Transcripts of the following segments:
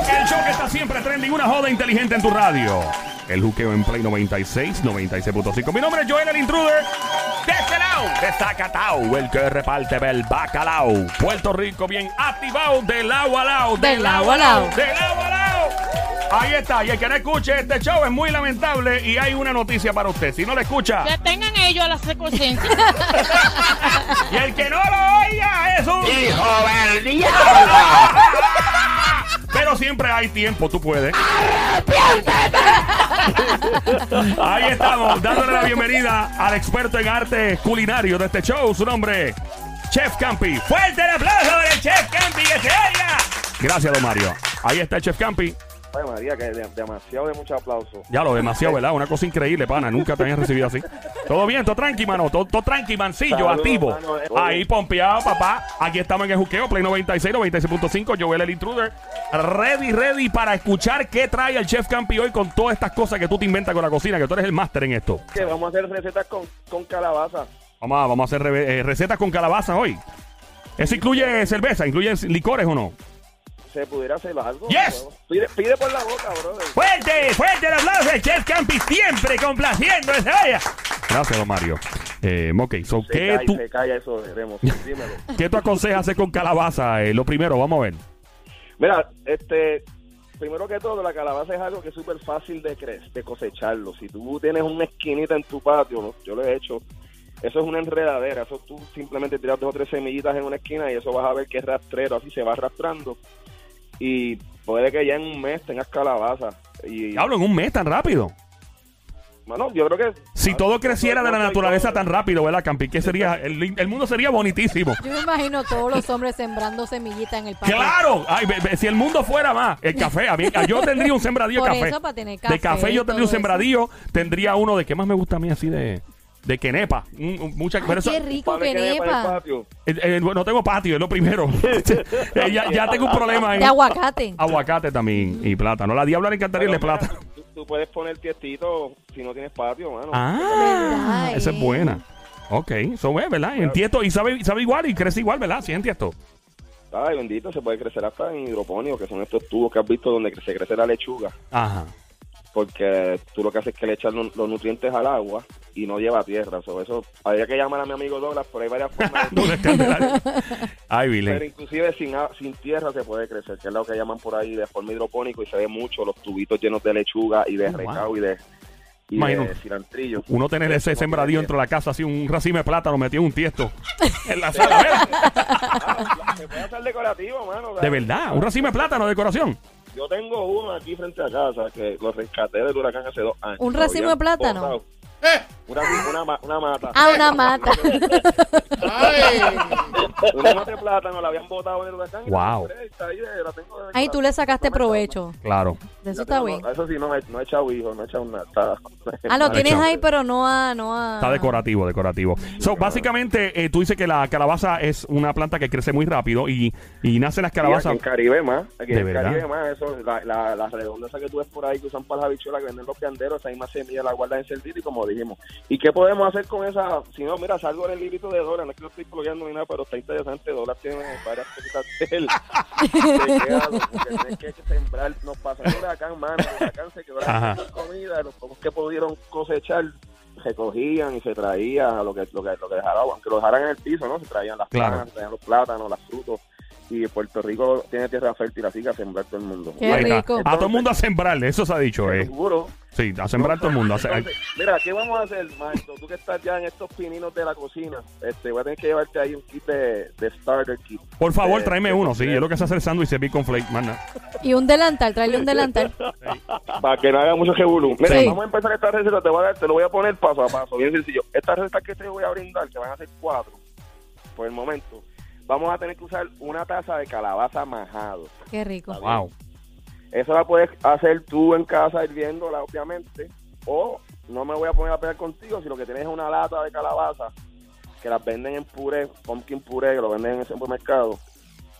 El show que está siempre trending, una joda inteligente en tu radio. El juqueo en Play 96, 96.5. Mi nombre es Joel el Intruder. De este lado, de Zacatau, el que reparte el bacalao. Puerto Rico bien activado, de lado a lado, de Del lado a lado. de lado a lado. Ahí está, y el que no escuche este show es muy lamentable y hay una noticia para usted. Si no la escucha, Que tengan ellos a la secuencia. y el que no lo oiga es un... ¡Hijo del diablo! Pero siempre hay tiempo, tú puedes. Ahí estamos, dándole la bienvenida al experto en arte culinario de este show. Su nombre, Chef Campi. ¡Fuerte el aplauso del Chef Campi! ¡Que se oiga! Gracias, don Mario. Ahí está el Chef Campi. Ay, María, que de- demasiado de mucho aplauso. Ya lo demasiado, ¿verdad? Una cosa increíble, pana. Nunca te habían recibido así. Todo bien, todo tranqui, mano. Todo, todo tranqui, mancillo, Saludos, activo. mano. Ahí pompeado, papá. Aquí estamos en el juqueo, Play 96, 96.5. Joel el intruder. Ready, ready para escuchar qué trae el chef Campi hoy con todas estas cosas que tú te inventas con la cocina, que tú eres el máster en esto. Que vamos a hacer recetas con, con calabaza. Vamos a, vamos a hacer reve- eh, recetas con calabaza hoy. Eso incluye cerveza, incluye licores o no. ¿Se pudiera hacer algo? Yes. bro? Pide, pide por la boca, brother. Fuerte, fuerte el aplauso del Chef Campi, siempre complaciendo ese área. Gracias, don Mario. Eh, ok, so, Se ¿qué calla, tú, se calla eso, veremos. Dímelo. ¿Qué tú aconsejas hacer con calabaza? Eh, lo primero, vamos a ver. Mira, este, primero que todo, la calabaza es algo que es súper fácil de, cre- de cosecharlo. Si tú tienes una esquinita en tu patio, ¿no? yo lo he hecho, eso es una enredadera. Eso tú simplemente tiras dos o tres semillitas en una esquina y eso vas a ver que es rastrero, así se va arrastrando. Y puede que ya en un mes tengas calabaza. Y, Hablo en un mes tan rápido. Bueno, yo creo que... Si todo creciera de la naturaleza tan rápido, ¿verdad, Campi? ¿Qué sería? El, el mundo sería bonitísimo. Yo me imagino todos los hombres sembrando semillitas en el patio. ¡Claro! Ay, ve- ve, si el mundo fuera más, el café, a mí, yo tendría un sembradío de Por café. eso, para tener De café café y yo todo tendría un eso. sembradío, tendría uno de que más me gusta a mí así de, de quenepa. Un- un- mucha, pero Ay, eso- qué rico, Padre, que que vaya para el nepa. patio. eh, eh, no tengo patio, es lo primero. Eh, ya, ya tengo un problema ahí. De aguacate. Aguacate también y plátano. La diabla le encantaría el Pero, mira, plátano. Tú, tú puedes poner tiestito si no tienes patio, mano. Ah, Ay. esa es buena. Ok, eso es, ¿verdad? En tiesto, y sabe, sabe igual y crece igual, ¿verdad? Sí, en tiesto. Ay, bendito, se puede crecer hasta en hidroponio, que son estos tubos que has visto donde se crece la lechuga. Ajá. Porque tú lo que haces es que le echas los los nutrientes al agua y no lleva tierra. So, eso habría que llamar a mi amigo Douglas, pero hay varias formas. No de- le escandalario. Ay, pero Vilén. inclusive sin, a- sin tierra se puede crecer, que es lo que llaman por ahí de forma hidropónica y se ve mucho los tubitos llenos de lechuga y de Oh, wow. recao y de, y Imagino. de cilantrillo. Uno tener ese Como sembradío tiene dentro de la casa, así un racimo de plátano metido en un tiesto. en la sala. ¿verdad? Ah, Se puede hacer decorativo, mano. o sea, De verdad, un racimo de plátano de decoración. Yo tengo uno aquí frente a casa que lo rescaté del huracán hace dos años. ¿Un racimo Lo habían de plátano? botado. Una, una, ma- una mata. Ah, una mata. Una mata de plátano la habían botado en el huracán. y Wow. la compré, está ahí, eh, la tengo de- Ahí tú le sacaste No me encanta. provecho. Claro. De eso La está tengo- bien. no, Eso sí, no, he- no he echado hijo, no he echado nada. está- Ah, lo Vale, tienes chao. ahí, pero no a... No a... Está decorativo, decorativo. So, básicamente, eh, tú dices que la calabaza es una planta que crece muy rápido y, y nacen las Y aquí calabazas. en Caribe más, aquí ¿De en verdad? Caribe más, eso, la, la, la redonda esa que tú ves por ahí que usan para la habichuela que venden los pianderos, esa misma semilla la guardan en cerdito y como dijimos. ¿Y qué podemos hacer con esa? Si no, mira, salgo en el librito de dólares, no es que lo estoy colgando ni nada, pero está interesante, dólares tiene varias cositas de él. Te queda lo que tienes que sembrar, nos pasó el huracán, mano, el huracán se quebró Ajá. la comida, los pocos que pudieron cosechar recogían y se traían lo que, lo que, lo que dejaran, aunque lo dejaran en el piso, ¿no? Se traían las Claro. plantas, traían los plátanos, las frutas y Puerto Rico tiene tierra fértil, así que a sembrar todo el mundo. Qué Ahí está. rico. A todo el mundo a sembrarle, eso se ha dicho. Eh. Seguro. Sí, a sembrar todo el mundo. a se- Entonces, mira, ¿qué vamos a hacer, Maestro? Tú que estás ya en estos pininos de la cocina, este, voy a tener que llevarte ahí un kit de, de starter kit. Por favor, Eh, tráeme de- uno. Sí, yo lo que sé hacer sándwich es con flake, más nada. Y un delantal, tráele un delantal. Para que no haga mucho revolú. Mira, Sí. vamos a empezar esta receta, te, voy a dar- te lo voy a poner paso a paso, bien sencillo. Estas recetas que te voy a brindar, que van a ser cuatro, por el momento, vamos a tener que usar una taza de calabaza majado. Qué rico. Wow. Eso la puedes hacer tú en casa hirviéndola, obviamente. O no me voy a poner a pelear contigo si lo que tienes es una lata de calabaza que las venden en puré, pumpkin puré, que lo venden en el supermercado.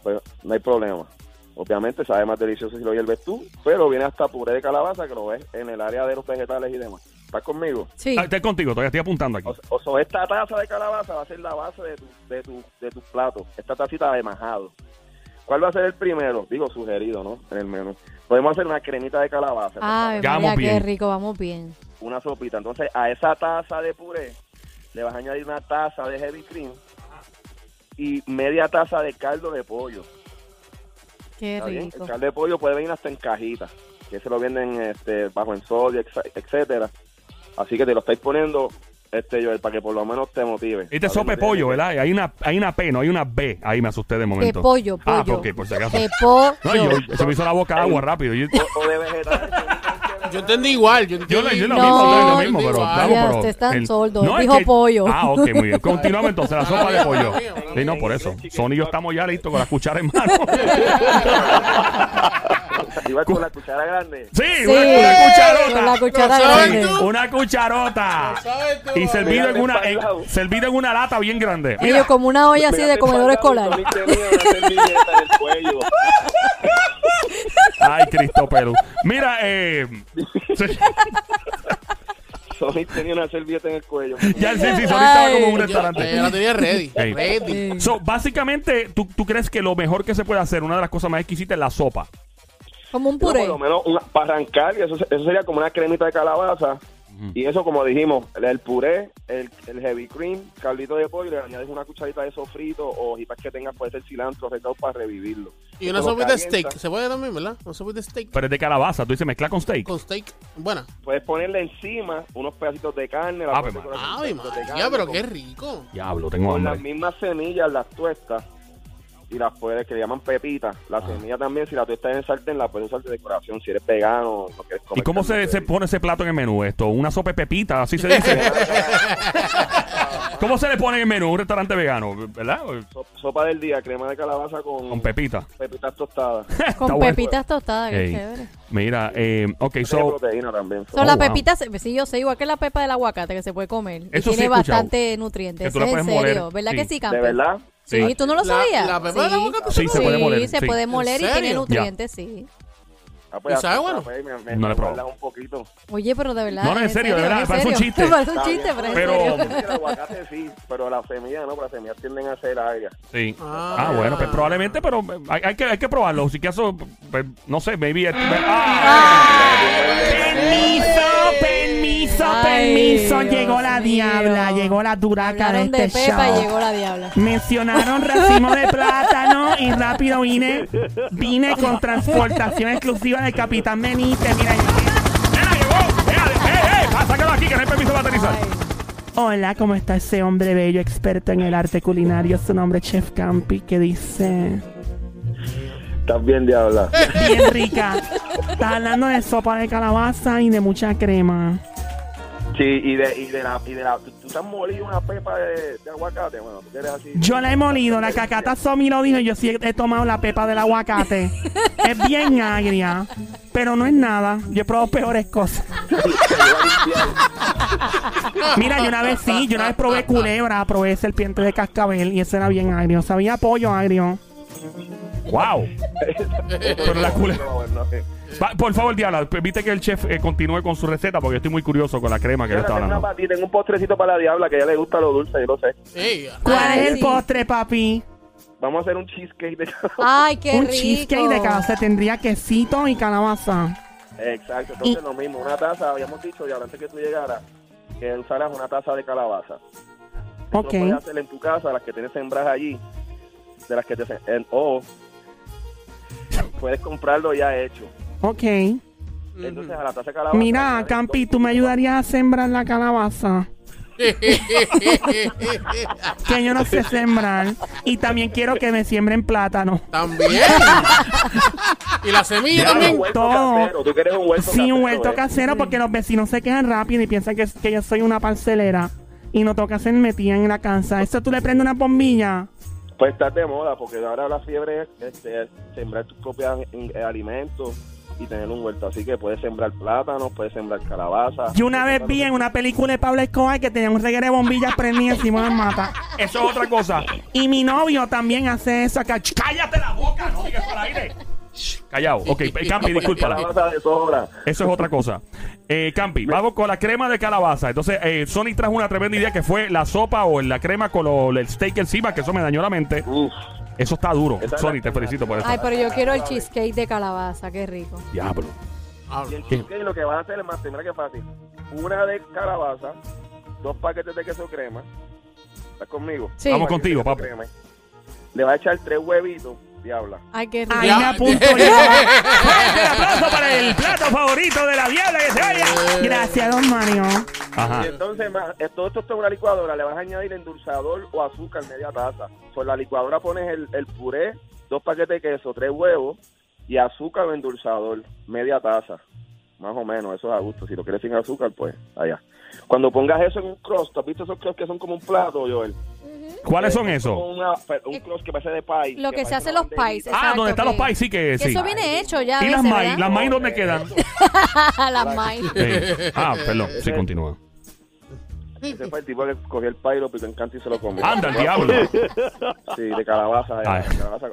Pues no hay problema. Obviamente sabe más delicioso si lo hierves tú, pero viene hasta puré de calabaza que lo ves en el área de los vegetales y demás. ¿Estás conmigo? Sí. Ah, estoy contigo, todavía estoy apuntando aquí. Este O, o sea, esta taza de calabaza va a ser la base de tu, de tu, de tu plato. Esta tacita de majado. ¿Cuál va a ser el primero? Digo, sugerido, ¿no? En el menú. Podemos hacer una cremita de calabaza. Ay, Vamos María, qué bien. rico, vamos bien. Una sopita. Entonces, a esa taza de puré le vas a añadir una taza de heavy cream y media taza de caldo de pollo. Qué ¿Está bien? rico. El caldo de pollo puede venir hasta en cajitas, que se lo venden este, bajo en sodio, exa- etcétera. Así que te lo estáis poniendo, este Joel, para que por lo menos te motive. Este es ¿Sabes? sope No tiene pollo, que- ¿verdad? Hay una, hay una P, no hay una B. Ahí me asusté de momento. Eh, pollo, Ah, pollo. porque por si acaso. De pollo. No, yo- se me hizo la boca agua rápido. Yo, O, o de vegetales. Yo entendí igual. Yo yo entendí lo, yo lo No, mismo, yo lo entendí mismo, pero. igual. claro, vamos, pero usted está el- sordo, es dijo pollo. Ah, ok, muy bien. Continuamos entonces la sopa de pollo. Mala mía, mala Sí, no, mía. por eso. Sony y yo estamos ya listos con la cuchara en mano. Igual con la cuchara grande. Sí, Sí, una, una con la cucharota. cuchara Lo saben grande. tú. Una cucharota. Lo sabes tú, Y mami. servido en Mírate una, pa'l en- lado. servido en una lata bien grande. Ellos como una olla así de Mírate comedor para escolar. acá, y tenía una servilleta en el cuello. Ay, Cristo Perú. Mira, eh. sí, Sonic tenía una servilleta en el cuello. ya sí, sí, Sony estaba como en un Ay. Yo, restaurante. eh, yo la tenía ready. Ey. Ready. So, básicamente, ¿tú, tú crees que lo mejor que se puede hacer, una de las cosas más exquisitas, es la sopa. Como un Pero puré. Por lo menos una- para arrancar, y eso, eso sería como una cremita de calabaza. Y eso, como dijimos, el, el puré, el, el heavy cream, caldito de pollo, y le añades una cucharita de sofrito o jipas que tengas, puede ser cilantro, recado para revivirlo. Y una Eso lo sopita de calientas. steak. Se puede también, ¿verdad? Una sopita de steak. Pero es de calabaza, tú dices mezcla con steak. Con steak. Buena. Puedes ponerle encima unos pedacitos de carne. la Ave puedes María. decorar con Ay, pedacitos de Ah, pues, María, carne, pero con- qué rico. Diablo, tengo con las hambre. mismas semillas las tuestas y las puedes, que le llaman pepitas. Ah. La semilla también, si la tuestas en el sartén, la puedes usar de decoración si eres vegano. No quieres ¿Y comer cómo carne se, se de- pone ese plato en el menú esto? ¿Una sopa de pepita? Así se dice. ¿Cómo se le pone en el menú un restaurante vegano? ¿Verdad? So- Sopa del día, crema de calabaza con, Con pepita. pepitas tostadas. Está Con bueno. pepitas tostadas, qué Ey, chévere. Mira, eh, ok, Tiene so. proteína también. Son Oh, las wow. pepitas, eh, sí, yo sé, igual que la pepa del aguacate que se puede comer. Y Eso sí tiene he escuchado. bastante Que nutrientes. tú la es en puedes moler, serio, ¿verdad sí. que sí, ¿De Camper? verdad? Sí, Sí. ¿tú no lo La- sabías? la pepa del aguacate Sí, se se puede puede. moler, se sí. puede ¿En moler y tiene serio? nutrientes, sí. Ah, ¿Y pues, sabe ah, bueno? pues, me- me- No le he me probado. guardas un poquito. Oye, pero de verdad. No, no, en serio, de verdad, en parece un serio. chiste. parece un Está chiste, bien. pero en Pero- serio. El aguacate sí, pero las semillas no, pero las semillas tienden a ser agrias. Sí. Ah, Ah. bueno, pues probablemente, pero eh, hay, hay que, hay que probarlo. Si acaso, pues, no sé, maybe. ¡Ah! Permiso, permiso, Ay, permiso. Dios llegó la mío. diabla, llegó la duraca de Hablaron este de pepa y show. llegó la diabla. Mencionaron racimo de plátano y rápido vine. Vine con transportación exclusiva del Capitán Benítez. Mira, ¡Nena, llegó! ¡Eh, eh, eh! ¡Sácalo aquí, que no hay permiso para aterrizar! hola, ¿cómo está ese hombre bello, experto en el arte culinario? Su nombre es Chef Campi, que dice... Estás bien, diabla. Bien rica. Está hablando de sopa de calabaza y de mucha crema. Sí, y de, y de la... Y de la ¿tú, tú te has molido una pepa de, de aguacate? Bueno, tú quieres así... Yo la he molido, la cacata Somi lo dijo, yo sí he he tomado la pepa del aguacate. es bien agria, pero no es nada. Yo he probado peores cosas. Mira, yo una vez sí, yo una vez probé culebra, probé serpiente de cascabel y ese era bien agrio. Sabía a pollo agrio. ¡Wow! Pero la culebra. No, bueno, eh. Va, por favor, Diana, permite que el chef eh, continúe con su receta porque yo estoy muy curioso con la crema que le Mira, está tengo, una hablando. para ti, tengo un postrecito para la diabla que a ella le gusta lo dulce, yo lo sé. Ey, ¿Cuál Ay, es el sí. postre, papi? Vamos a hacer un cheesecake de Ay, qué Un rico. cheesecake de calabaza. Tendría quesito y calabaza. Exacto, entonces lo mismo, una taza, habíamos dicho, diabla, antes que tú llegaras, que usaras una taza de calabaza. Tú Ok. lo puedes hacer en tu casa, las que tienes sembradas allí, de las que te sem- en- o puedes comprarlo ya hecho. Ok. Entonces a la taza de calabaza. Mira, añades Campi, dos- ¿tú me ayudarías a sembrar la calabaza? que yo no sé sembrar. Y también quiero que me siembren plátano. También. y la semilla Diablo, también. huerto todo. casero, Tú quieres un huerto Sí, un huerto ¿eh? casero porque los vecinos se quejan rápido y piensan que, que yo soy una parcelera. Y no toca ser metida en la casa. Eso tú le prendes una bombilla. Pues estás de moda, porque ahora la fiebre es este, sembrar tus propios in- eh, alimentos y tener un huerto. Así que puedes sembrar plátanos, puedes sembrar calabaza. Yo una vez vi en una película de Pablo Escobar que tenía un reguero de bombillas prendidas encima de la mata. Eso es otra cosa. Y mi novio también hace eso acá. ¡Cállate la boca! ¡No digas por aire! Callao. Ok, eh, Campi, discúlpala. Calabaza de sobra. Eso es otra cosa. Eh, Campi, vamos con la crema de calabaza. Entonces, eh, Sonic trajo una tremenda idea que fue la sopa o la crema con lo- el steak encima, que eso me dañó la mente. Uf. Eso está duro. Esa es Sonic, la- te felicito por eso. Ay, pero yo quiero el cheesecake de calabaza, qué rico. Diablo. Y el Hablo. cheesecake lo que vas a hacer es más, mira que fácil. Una de calabaza, dos paquetes de queso crema. ¿Estás conmigo? Sí. Vamos contigo, papi. Crema. Le vas a echar tres huevitos, diabla. Ay, qué rico. Ahí me apunto Fuerte yo. el aplauso para el plato favorito de la diabla que se vaya. Gracias, don Mario. Ajá. Y entonces, ma- eh, todo esto está en una licuadora, le vas a añadir endulzador o azúcar media taza. Por la licuadora pones el, el puré, dos paquetes de queso, tres huevos y azúcar o endulzador, media taza. Más o menos, eso es a gusto. Si lo quieres sin azúcar, pues allá. Cuando pongas eso en un crust, ¿tú ¿has visto esos crust que son como un plato, Joel? ¿Cuáles son Eh, esos? como una- un crust que parece de pie. Eh, Lo que se parece hace en una los pies. banderita. Ah, exacto, donde están los que- pais, sí que que sí. Eso viene hecho ya. a ¿Y las veces, maíz? ¿verdad? ¿Las maíz dónde quedan? ¿ah? las maíz. Sí. Ah, perdón. Sí, continúa. Ese fue el tipo que cogió el pie, lo picó en canto y se lo comió. Anda, el diablo. Sí, de calabaza. Era, Ah. de calabaza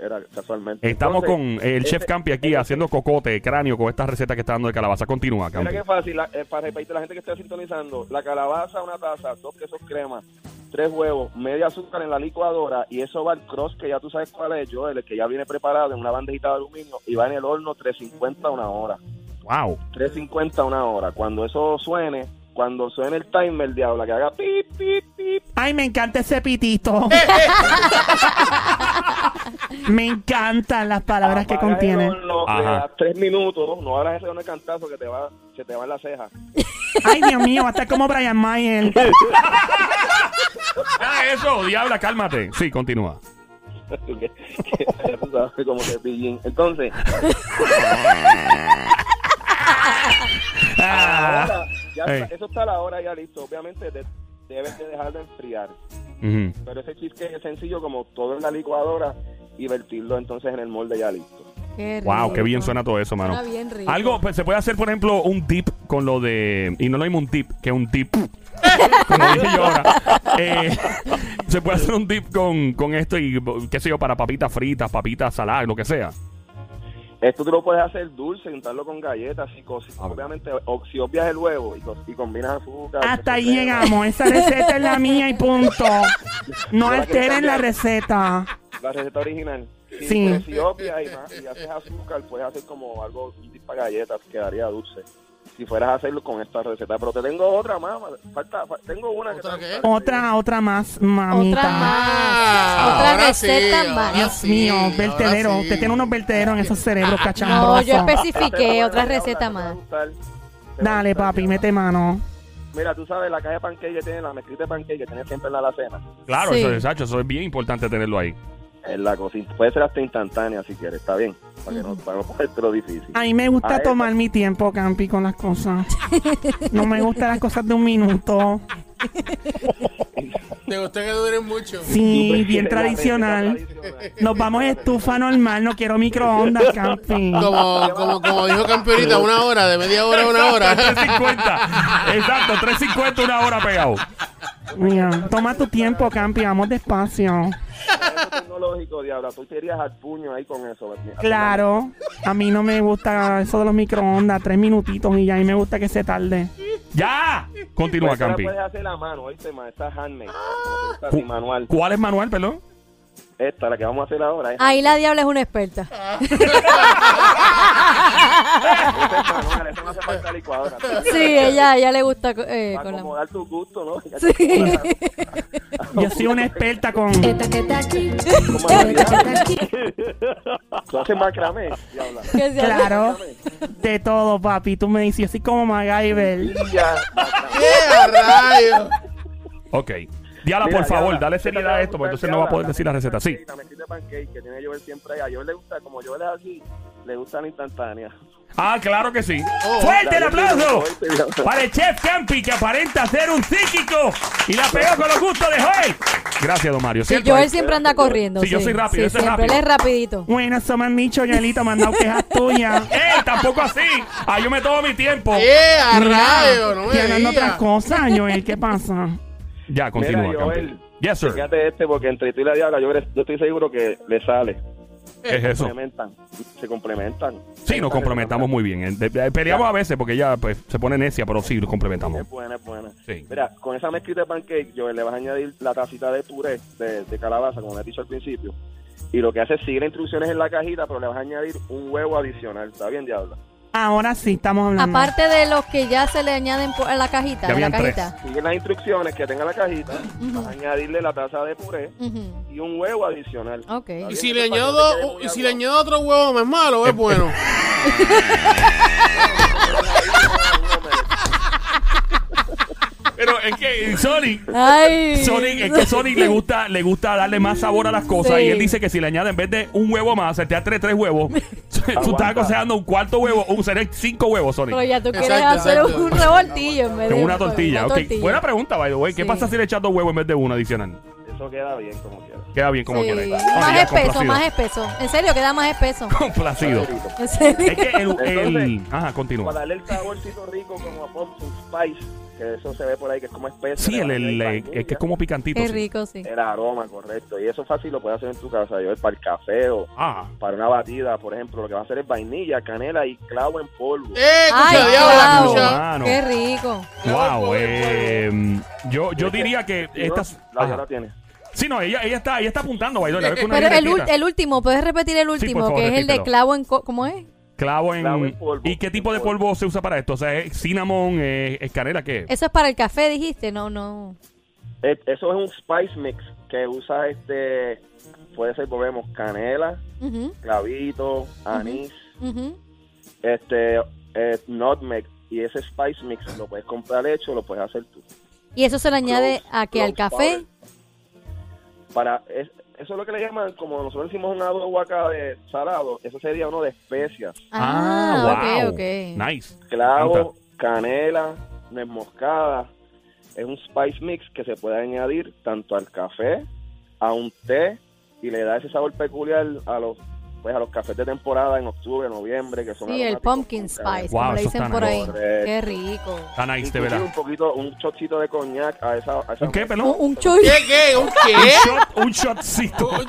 era casualmente. Estamos Entonces, con el chef Campi aquí haciendo cocote, cráneo con esta receta que está dando de calabaza. Continúa, Mira Campi. qué fácil, la- eh, para repetir a la gente que está sintonizando, la calabaza, una taza, dos quesos crema, tres huevos, media azúcar en la licuadora y eso va al cross que ya tú sabes cuál es, Joel, el que ya viene preparado en una bandejita de aluminio y va en el horno 350 una hora. Wow. 350 una hora. Cuando eso suene, cuando suene el timer, diabla, que haga pip, pip, pip. Ay, me encanta ese pitito. me encantan las palabras que apagas el contienen. horno, le Ajá. das tres minutos, no abras ese horno de cantazo que te va, se te va en la ceja. Ay, Dios mío, va a estar como Brian Mayer. Ah, eso, diabla, cálmate. Sí, continúa. que, que- tú sabes, como que pillín. Entonces, Ah. ahora, ya Ey. está- eso está a la hora ya listo. Obviamente de- debes de dejar de enfriar. Ujú. Pero ese cheesecake es sencillo como todo en la licuadora y vertirlo entonces en el molde ya listo. Qué Wow, qué rico. bien suena todo eso, mano. Suena bien rico. Algo, pues se puede hacer, por ejemplo, un dip con lo de. Y no lo mismo un dip, que un dip. Como dije yo ahora. Eh, se puede hacer un dip con, con esto y, qué sé yo, para papitas fritas, papitas saladas, lo que sea. Esto tú lo puedes hacer dulce, untarlo con galletas y cosas. Ah, bueno. Obviamente, o- si obvias el huevo y, co- y combinas azúcar. Hasta ahí etcétera. llegamos. Esa receta es la mía y punto. No alteren la receta. La receta original. Y Sí. pues, si obvias y, más- y haces azúcar, puedes hacer como algo para galletas, quedaría dulce. Si fueras a hacerlo con esta receta. Pero te tengo otra, mamá. Falta, fa- tengo una que ¿Otra te- qué? Otra, otra más, mamita. Otra más. Ah, Otra ahora receta sí, más. ahora Dios sí, mío, ahora vertedero. sí. Usted tiene unos vertederos en esos cerebros Ah, No, cachambrosos. yo especifiqué Esta es buena, otra Diabla, receta te va a más. gustar. Te va a Dale, gustar, papi, Diabla. mete mano. Mira, tú sabes, la caja de panqueque tiene la mezclita de panqueque, tiene siempre en la alacena. Claro, Sí. eso es, Sacho, eso es bien importante tenerlo ahí. En la cocina. Puede ser hasta instantánea si quieres, está bien. Para que no, para no ponértelo difícil. A mí me A gusta esa. tomar mi tiempo, Campi, con las cosas. No me gustan las cosas de un minuto. Te gusta que duren mucho. Tú Sí, prefieres bien la tradicional. receta tradicional. Nos vamos a estufa normal, no quiero microondas, Campi. Como, como, como dijo Campi ahorita, una hora, de media hora a una hora. 350. Exacto, 350 una hora pegado. Mira, toma tu tiempo, Campi, vamos despacio. Eso tecnológico, diabla. Tú te irías al puño ahí con eso. Claro, a mí no me gusta eso de los microondas, tres minutitos y ya, a mí me gusta que se tarde. ¡Ya! Pues, Continúa, esa la Campi. puedes hacer la mano, ¿oíste, ma? Esta es handmade. Ah. Esta sin manual. ¿Cuál es Manuel, perdón? Esta, la que vamos a hacer ahora, es Ahí la diabla es una experta. esta es manual. Esa no hace falta licuadora. Sí, ella, ella le gusta eh, Para con la acomodar tu gusto, ¿no? Yo soy una experta con... Como la diabla. Tú haces macramé, diabla. Que se- Claro, de todo, papi. Tú me dices, yo soy como MacGyver. Ya, macramé. ¡Qué rayo! Ok. Diabla, Mira, por favor, Diabla, dale ¿qué te seriedad va a esto, gustar, porque entonces no va a Diabla? poder decir la receta. Sí. La mezclilla de pancake que tiene Joel siempre ahí. A Joel le gusta, como Joel es así, le gusta la instantánea. Ah, claro que sí. Oh, ¡Fuerte el la- aplauso! Fuerte, Diabla. Para el chef Campi, que aparenta ser un psíquico y la pegó con los gustos de Joel. Gracias, don Mario. Sí, ¿Cierto? eh. Joel siempre anda corriendo. Sí, yo soy rápido, Sí, ese es siempre rápido. él es rapidito. Bueno, eso me han dicho, Yelito, me han dado quejas tuyas. ¡Ey! Tampoco así. Ah, yo me tomo mi tiempo. Eh. ¡Qué rayo! No Y hablando me digas. otras cosas, Joel, ¿qué pasa? Ya, continúa, Mira, Joel, Campi. Yes, sir. Fíjate este, porque entre tú y la diabla, yo, yo estoy seguro que le sale. Es eso. complementan, se complementan. Sí, nos complementamos muy bien. Eh, de- de- Peleamos a veces porque ella pues, se pone necia, pero sí, nos complementamos. Es buena, es buena. Sí. Mira, con esa mezclita de pancake, yo le vas a añadir la tacita de puré de, de calabaza, como le he dicho al principio. Y lo que hace es seguir las instrucciones en la cajita, pero le vas a añadir un huevo adicional. ¿Está bien, diabla? Ahora sí estamos hablando. Aparte de los que ya se le añaden por- a la cajita, Mm. Ya de la habían tres. cajita. Sigue las instrucciones que tenga la cajita, vas a añadirle la taza de puré Ujú. y un huevo adicional. Ok. ¿Está Y bien? si Para que le no te quede añado, muy y si agua. le añado otro huevo, ¿me es malo o es bueno? Pero es que Sonic, Ay. Sonic, es que Sonic le gusta, le gusta darle más sabor a las cosas. Sí. Y él dice que si le añade en vez de un huevo más, se te hace tres huevos. tú estás Aguanta. aconsejando un cuarto huevo, un serían cinco huevos, Sonic. Pero ya tú quieres Exacto, hacer exacto. un revoltillo en vez de Con una tortilla. una ok. tortilla. Buena pregunta, by the way. ¿Qué Sí. pasa si le echas dos huevos en vez de uno adicional? Eso queda bien, como quieras. Queda bien como Sí. quieras. Más Oye, espeso, complacido. más espeso. En serio, queda más espeso. Complacido. En serio. Es que el, el- Entonces, Ajá, continúa. Para darle el saborcito rico como a Pumpkin Spice, que eso se ve por ahí, que es como especie. Sí, el, el- el- es que es como picantito. Qué sí. rico, sí. El aroma, correcto. Y eso fácil lo puedes hacer en tu casa, yo para el café o Ah, para una batida, por ejemplo. Lo que va a hacer es vainilla, canela y clavo en polvo. ¡Eh, escucha, Ay, diabla, wow. escucha! mano. Qué rico. wow. voy, eh, yo, yo diría que Si no, esta. la ajá. ya la tiene. Sí, no, ella, ella está, ella está apuntando, Baidor. a ver con una Eh, Pero el, ul- libretita. el último, ¿puedes repetir el Sí, por último? favor, que es el de repítelo. clavo en... co- ¿Cómo es? clavo en. clavo en polvo. ¿Y qué tipo de En polvo. polvo se usa para esto? O sea, ¿es cinnamon, es, es canela, qué? Eso es para el café, dijiste. No, no. Eh, Eso es un spice mix que usa este, puede ser, volvemos, canela, Ujú, clavito, anís, ujú. este, eh, nutmeg. Y ese spice mix lo puedes comprar hecho, lo puedes hacer tú. Y eso se le añade Cloves, a que al cloves café. para es- eso es lo que le llaman como nosotros decimos una adobo acá de salado eso sería uno de especias Ah, wow. ok, ok. Nice. clavo canela nuez moscada es un spice mix que se puede añadir tanto al café a un té y le da ese sabor peculiar a los pues a los cafés de temporada en octubre noviembre que son Sí, el aromáticos pumpkin con canela. spice, Wow, como le eso dicen está por ahí. correcto. Qué rico. Está Ah, nice, de Inclusive verdad. un poquito un chocito de coñac a esa, a esa ¿Un qué, pelón? Un, un chuy. ¿Qué, qué? ¿Un qué? shot- un shotcito. Oye,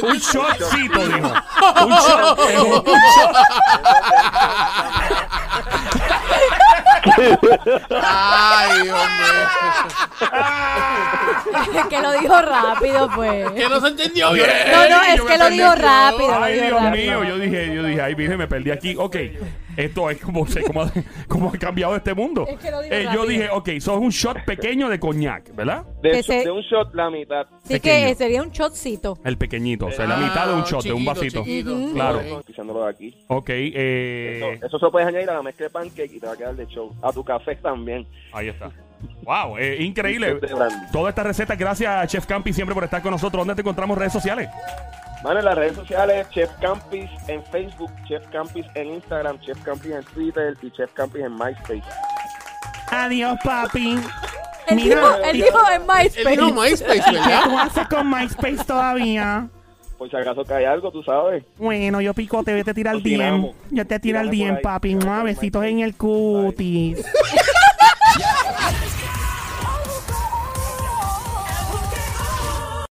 yo- Un shotcito, dijo. Un shot. un shot. Ay, hombre. que lo dijo rápido, pues. Que no se entendió bien. No, no, es Yo me que lo perdí. digo rápido, lo Ay, digo Dios rápido. mío, yo dije, yo dije, ay, virgen, me perdí aquí. Ok, esto es como, sé cómo, ha- cómo ha cambiado este mundo. Es que lo digo Eh, yo rápido. dije, ok, sos un shot pequeño de coñac, ¿verdad? de, que se- de un shot la mitad Así Pequeño. que sería un shotcito. El pequeñito, o sea, la mitad de Ah, un shot, de un Chiquito, vasito. chiquito. Claro. Ok. quitándolo de aquí Ok, eh, Eso, eso se lo puedes añadir a la mezcla de pancake y te va a quedar de show. A tu café también. ahí está. Wow, eh, increíble. Este brand. Toda esta receta, gracias a Chef Campi siempre por estar con nosotros. ¿Dónde te encontramos redes sociales? Mano, en las redes sociales, Chef Campis en Facebook, Chef Campis en Instagram, Chef Campis en Twitter y Chef Campis en MySpace. Adiós, papi. El Mira, dijo, el dijo en Él dijo MySpace. MySpace, ¿Qué ¿verdad? tú haces con MySpace todavía? Por si acaso cae algo, tú sabes. Bueno, yo picote, yo te tiro al Nos tiramos. DM. Yo te tiro al Tírame por DM, ahí. papi. Tírame Mua, por ahí. Besitos en el cutis.